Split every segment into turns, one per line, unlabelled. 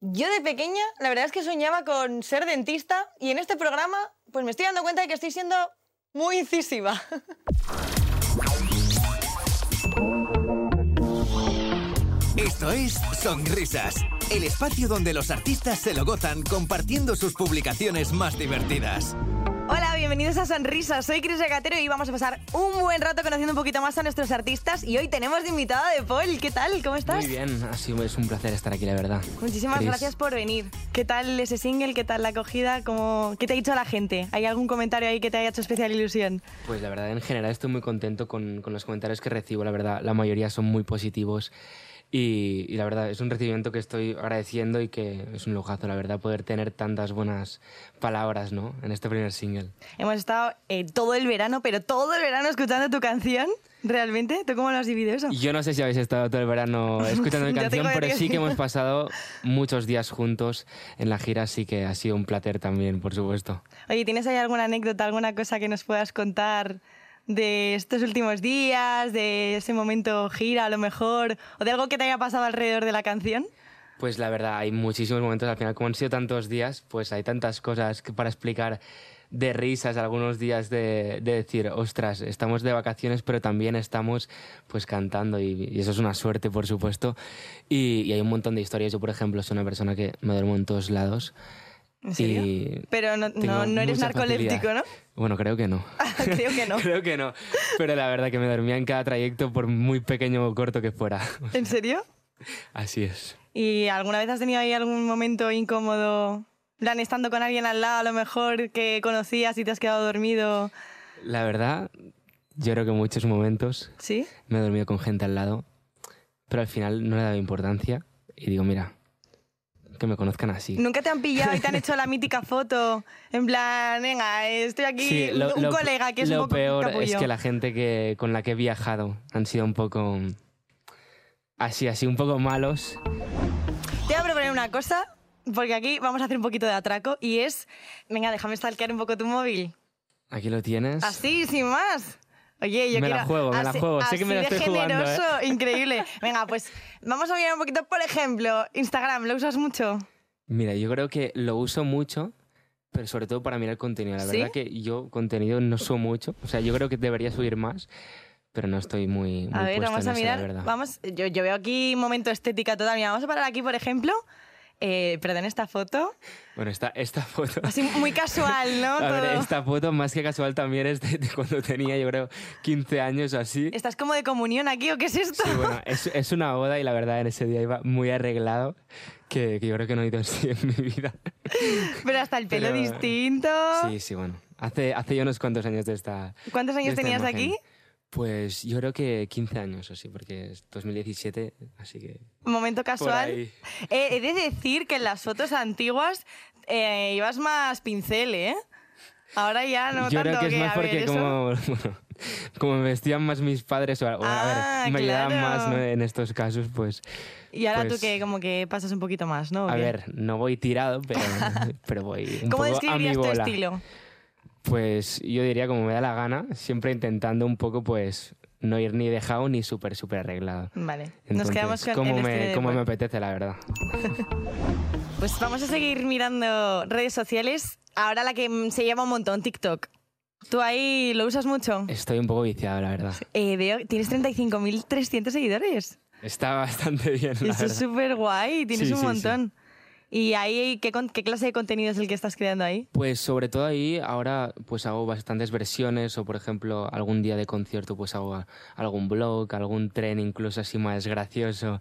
Yo de pequeña, la verdad es que soñaba con ser dentista y en este programa, pues me estoy dando cuenta de que estoy siendo muy incisiva.
Esto es Sonrisas, el espacio donde los artistas se lo gozan compartiendo sus publicaciones más divertidas.
Hola, bienvenidos a Sonrisas. Soy Cris Regatero y vamos a pasar un buen rato conociendo un poquito más a nuestros artistas. Y hoy tenemos de invitada de Paul. ¿Qué tal? ¿Cómo estás?
Muy bien, ha sido es un placer estar aquí, la verdad.
Muchísimas
Chris.
gracias por venir. ¿Qué tal ese single? ¿Qué tal la acogida? ¿Cómo... ¿Qué te ha dicho la gente? ¿Hay algún comentario ahí que te haya hecho especial ilusión?
Pues la verdad, en general estoy muy contento con, con los comentarios que recibo, la verdad, la mayoría son muy positivos y, y la verdad es un recibimiento que estoy agradeciendo y que es un lujazo, la verdad, poder tener tantas buenas palabras, ¿no? En este primer single.
Hemos estado eh, todo el verano, pero todo el verano escuchando tu canción. ¿Realmente? ¿Tú cómo lo has vivido eso?
Yo no sé si habéis estado todo el verano escuchando mi
Ah. Ya tengo
canción, pero
varias
sí que
ideas.
hemos pasado muchos días juntos en la gira, así que ha sido un placer también, por supuesto.
Oye, ¿tienes ahí alguna anécdota, alguna cosa que nos puedas contar de estos últimos días, de ese momento gira a lo mejor, o de algo que te haya pasado alrededor de la canción?
Pues la verdad, hay muchísimos momentos. Al final, como han sido tantos días, pues hay tantas cosas que para explicar de risas, algunos días de, de decir, ostras, estamos de vacaciones, pero también estamos pues cantando y, y eso es una suerte, por supuesto. Y, y hay un montón de historias. Yo, por ejemplo, soy una persona que me duermo en todos lados.
¿En serio?
Y
Pero no,
tengo
no, no eres
mucha
narcoléptico,
facilidad.
¿no?
Bueno, creo que no.
Creo que no.
creo que no. Pero la verdad que me dormía en cada trayecto, por muy pequeño o corto que fuera.
¿En serio?
Así es.
¿Y alguna vez has tenido ahí algún momento incómodo? En plan, estando con alguien al lado, a lo mejor que conocías y te has quedado dormido.
La verdad, yo creo que en muchos momentos
¿Sí?
me he dormido con gente al lado, pero al final no le he dado importancia y digo, mira, que me conozcan así.
¿Nunca te han pillado y te han hecho la mítica foto? En plan, venga, estoy aquí,
Sí, lo-
un
lo-
colega que es
lo
un poco
peor es
capullo.
que la gente que, con la que he viajado han sido un poco así, así, un poco malos.
Te voy a proponer una cosa, porque aquí vamos a hacer un poquito de atraco, y es, venga, déjame stalkear un poco tu móvil.
Aquí lo tienes.
Así, sin más. Oye, yo
Me
quiero...
la juego, me la
así-
juego. Sé que me la
así de
estoy jugando, ¿eh?
generoso, increíble. Venga, pues vamos a mirar un poquito, por ejemplo, Instagram, ¿lo usas mucho?
Mira, yo creo que lo uso mucho, pero sobre todo para mirar contenido. La
¿Sí?
verdad que yo contenido no subo mucho. O sea, yo creo que debería subir más, pero no estoy muy, muy
A ver,
puesto en
vamos a
eso, la
mirar.
verdad.
Vamos, yo, yo veo aquí momento estética total. Mira, vamos a parar aquí, por ejemplo. Eh, perdón, esta foto.
Bueno, esta, esta foto...
Así muy casual, ¿no?
A ver,
Todo.
esta foto más que casual también es de, de cuando tenía, yo creo, 15 años o así.
¿Estás como de comunión aquí o qué es esto?
Sí, bueno, es, es una boda y la verdad en ese día iba muy arreglado, que, que yo creo que no he ido así en mi vida.
Pero hasta el pelo
Pero- eh,
distinto.
Sí, sí, bueno. Hace, hace ya unos cuantos años de esta...
¿Cuántos
de
años
esta
tenías
imagen.
aquí?
Pues yo creo que 15 años o así, porque es 2017, así que...
Momento casual.
ahí.
Eh, he de decir que en las fotos antiguas eh, ibas más pincel, ¿eh? Ahora ya no
yo
tanto.
creo que es más
a ver,
porque
eso-
como... bueno, como me vestían más mis padres, o bueno, a
Ah,
ver, me ayudaban
claro.
más ¿no? en estos casos, pues
Y ahora tú
pues-
que como que pasas un poquito más, ¿no? ¿O
A
qué?
ver, no voy tirado, pero, pero voy un
¿Cómo
poco a mi
describirías tu
bola.
estilo?
Pues yo diría como me da la gana, siempre intentando un poco pues no ir ni dejado ni súper, súper arreglado.
Vale, nos
Entonces,
quedamos con
como
el
me,
estilo de
como
Paul.
me apetece, la verdad.
Pues vamos a seguir mirando redes sociales. Ahora la que mm, se llama un montón, TikTok. ¿Tú ahí lo usas mucho?
Estoy un poco viciado, la verdad.
Eh, veo, tienes 35.300 seguidores.
Está bastante bien,
Eso
la
es
verdad.
súper guay, tienes
Sí,
un
sí, sí.
montón. ¿Y ahí ¿qué, con- qué clase de contenido es el que estás creando ahí?
Pues sobre todo ahí ahora pues hago bastantes versiones o por ejemplo algún día de concierto pues hago a- algún blog, algún tren incluso así más gracioso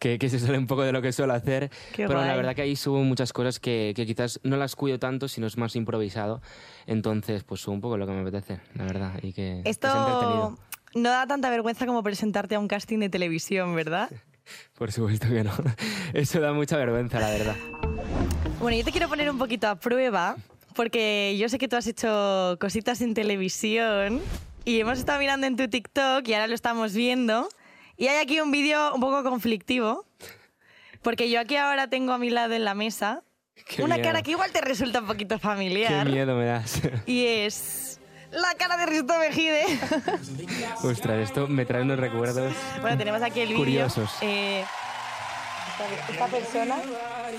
que, que se sale un poco de lo que suelo hacer.
Qué
Pero la
guay.
verdad que ahí subo muchas cosas que, que quizás no las cuido tanto sino es más improvisado. Entonces pues subo un poco lo que me apetece, la verdad. Y que que es
Esto
entretenido.
no da tanta vergüenza como presentarte a un casting de televisión, ¿verdad?
Por supuesto que no. Eso da mucha vergüenza, la verdad.
Bueno, yo te quiero poner un poquito a prueba, porque yo sé que tú has hecho cositas en televisión y hemos estado mirando en tu TikTok y ahora lo estamos viendo. Y hay aquí un vídeo un poco conflictivo, porque yo aquí ahora tengo a mi lado en la mesa
Qué
una
miedo.
cara que igual te resulta un poquito
Qué
familiar.
miedo me das.
Y es la cara de Risto Mejide.
Ostras, esto me trae unos recuerdos.
bueno, tenemos aquí el vídeo.
Curiosos.
Eh, esta persona.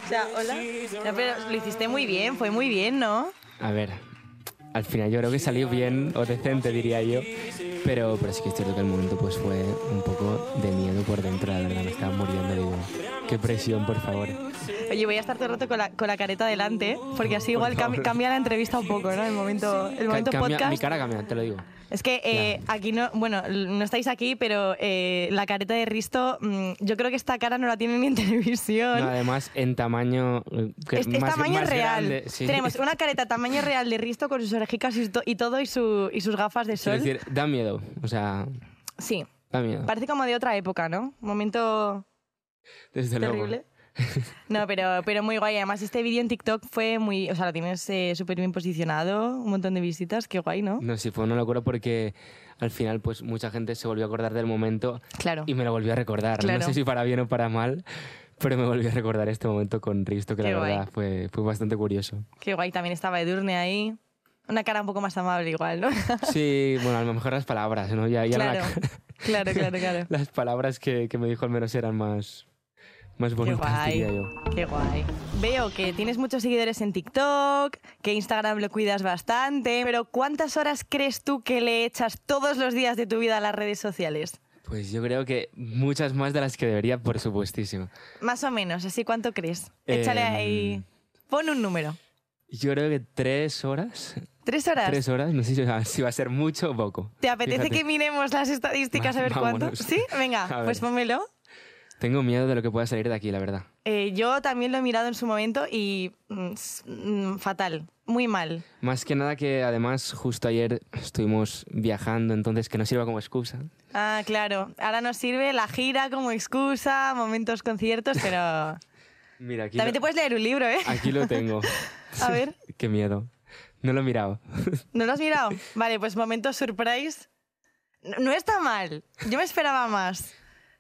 O sea, hola. No, pero lo hiciste muy bien, fue muy bien, ¿no?
A ver, al final yo creo que salió bien o decente, diría yo. Pero, pero sí que es cierto que el momento pues fue un poco de miedo por dentro, la verdad, me estaba muriendo. Digo, qué presión, por favor.
Oye, voy a estar todo el rato con la, con la careta delante, porque así igual cam-
favor.
cambia la entrevista un poco, ¿no? El momento, el
Ca-
momento
cambia-
podcast.
Mi cara cambia, te lo digo.
Es que eh, aquí no, bueno, l- no estáis aquí, pero eh, la careta de Risto, mm, yo creo que esta cara no la tiene ni en televisión.
No, además, en tamaño. eh, que
Es, es
más-
Este tamaño
más
real.
grande, sí.
Tenemos una careta tamaño real de Risto con sus orejicas y, to- y todo y, su- y sus gafas de sol.
Quiero decir, da miedo. O sea,
sí,
da miedo.
parece como de otra época, ¿no? Momento
Desde
terrible.
luego.
No, pero, pero muy guay. Además, este vídeo en TikTok fue muy... O sea, lo tienes eh, súper bien posicionado, un montón de visitas, qué guay, ¿no?
No, sí, fue una locura porque al final, pues mucha gente se volvió a acordar del momento
Claro.
y me lo volvió a recordar.
Claro.
No sé si para bien o para mal, pero me volvió a recordar este momento con Risto, que
Qué
la
guay.
verdad fue, fue bastante curioso.
Qué guay, también estaba Edurne ahí. Una cara un poco más amable igual, ¿no?
Sí, bueno, a lo mejor las palabras, ¿no? Ya, ya era la
claro. claro,
cara.
claro, claro.
las palabras que, que me dijo al menos eran más, más bonitas,
guay.
diría yo.
Qué guay. Veo que tienes muchos seguidores en TikTok, que Instagram lo cuidas bastante, pero ¿cuántas horas crees tú que le echas todos los días de tu vida a las redes sociales?
Pues yo creo que muchas más de las que debería, por supuestísimo.
Más o menos, así cuánto crees. Échale
Em,
ahí. Pon un número.
Yo creo que tres horas.
¿Tres horas?
Tres horas, no sé si va- si va a ser mucho o poco.
¿Te apetece
Fíjate,
que miremos las estadísticas
Va-
a ver cuánto?
vámonos.
Sí, venga,
A
pues
ver.
pónmelo.
Tengo miedo de lo que pueda salir de aquí, la verdad.
Eh, yo también lo he mirado en su momento y mm, s- mm, fatal, muy mal.
Más que nada que además justo ayer estuvimos viajando, entonces que no sirva como excusa.
Ah, claro. Ahora nos sirve la gira como excusa, momentos, conciertos, pero
Mira, aquí,
también te
lo,
puedes leer un libro, ¿eh?
aquí lo tengo.
A ver,
Qué miedo. No lo he mirado.
¿no lo has mirado? Vale, pues momento surprise. No, no está mal. Yo me esperaba más.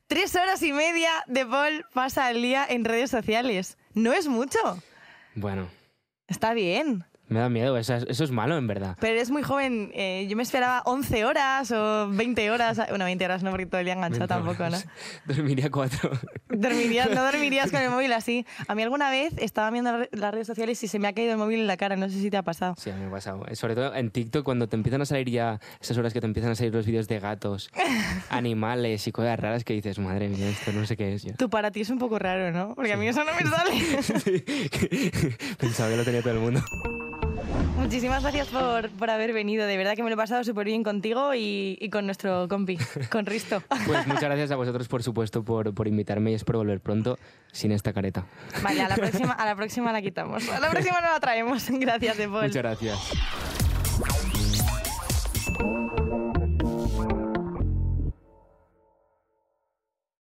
Tres horas y media de Paul pasa el día en redes sociales. No es mucho.
Bueno,
Está bien.
me da miedo, eso, es- eso es malo en verdad.
Pero eres muy joven. eh, yo me esperaba 11 horas o 20 horas. Bueno, 20 horas no, porque todo el día enganchado tampoco, ¿no?
Dormiría cuatro.
Dormirías, no dormirías con el móvil así. A mí alguna vez estaba viendo re- las redes sociales y se me ha caído el móvil en la cara. No sé si te ha pasado.
Sí, a mí me ha pasado. Sobre todo en TikTok, cuando te empiezan a salir ya esas horas que te empiezan a salir los vídeos de gatos, animales y cosas raras que dices, madre mía, esto no sé qué es. ya".
Tú para ti es un poco raro, ¿no? Porque a mí eso no me sale.
Pensaba que lo tenía todo el mundo.
Muchísimas gracias por, por haber venido. De verdad que me lo he pasado súper bien contigo y, y con nuestro compi, con Risto.
Pues muchas gracias a vosotros, por supuesto, por, por invitarme y espero volver pronto sin esta careta.
Vale, a la próxima, a la próxima la quitamos. A la próxima no la traemos. Gracias, De Paul.
Muchas gracias.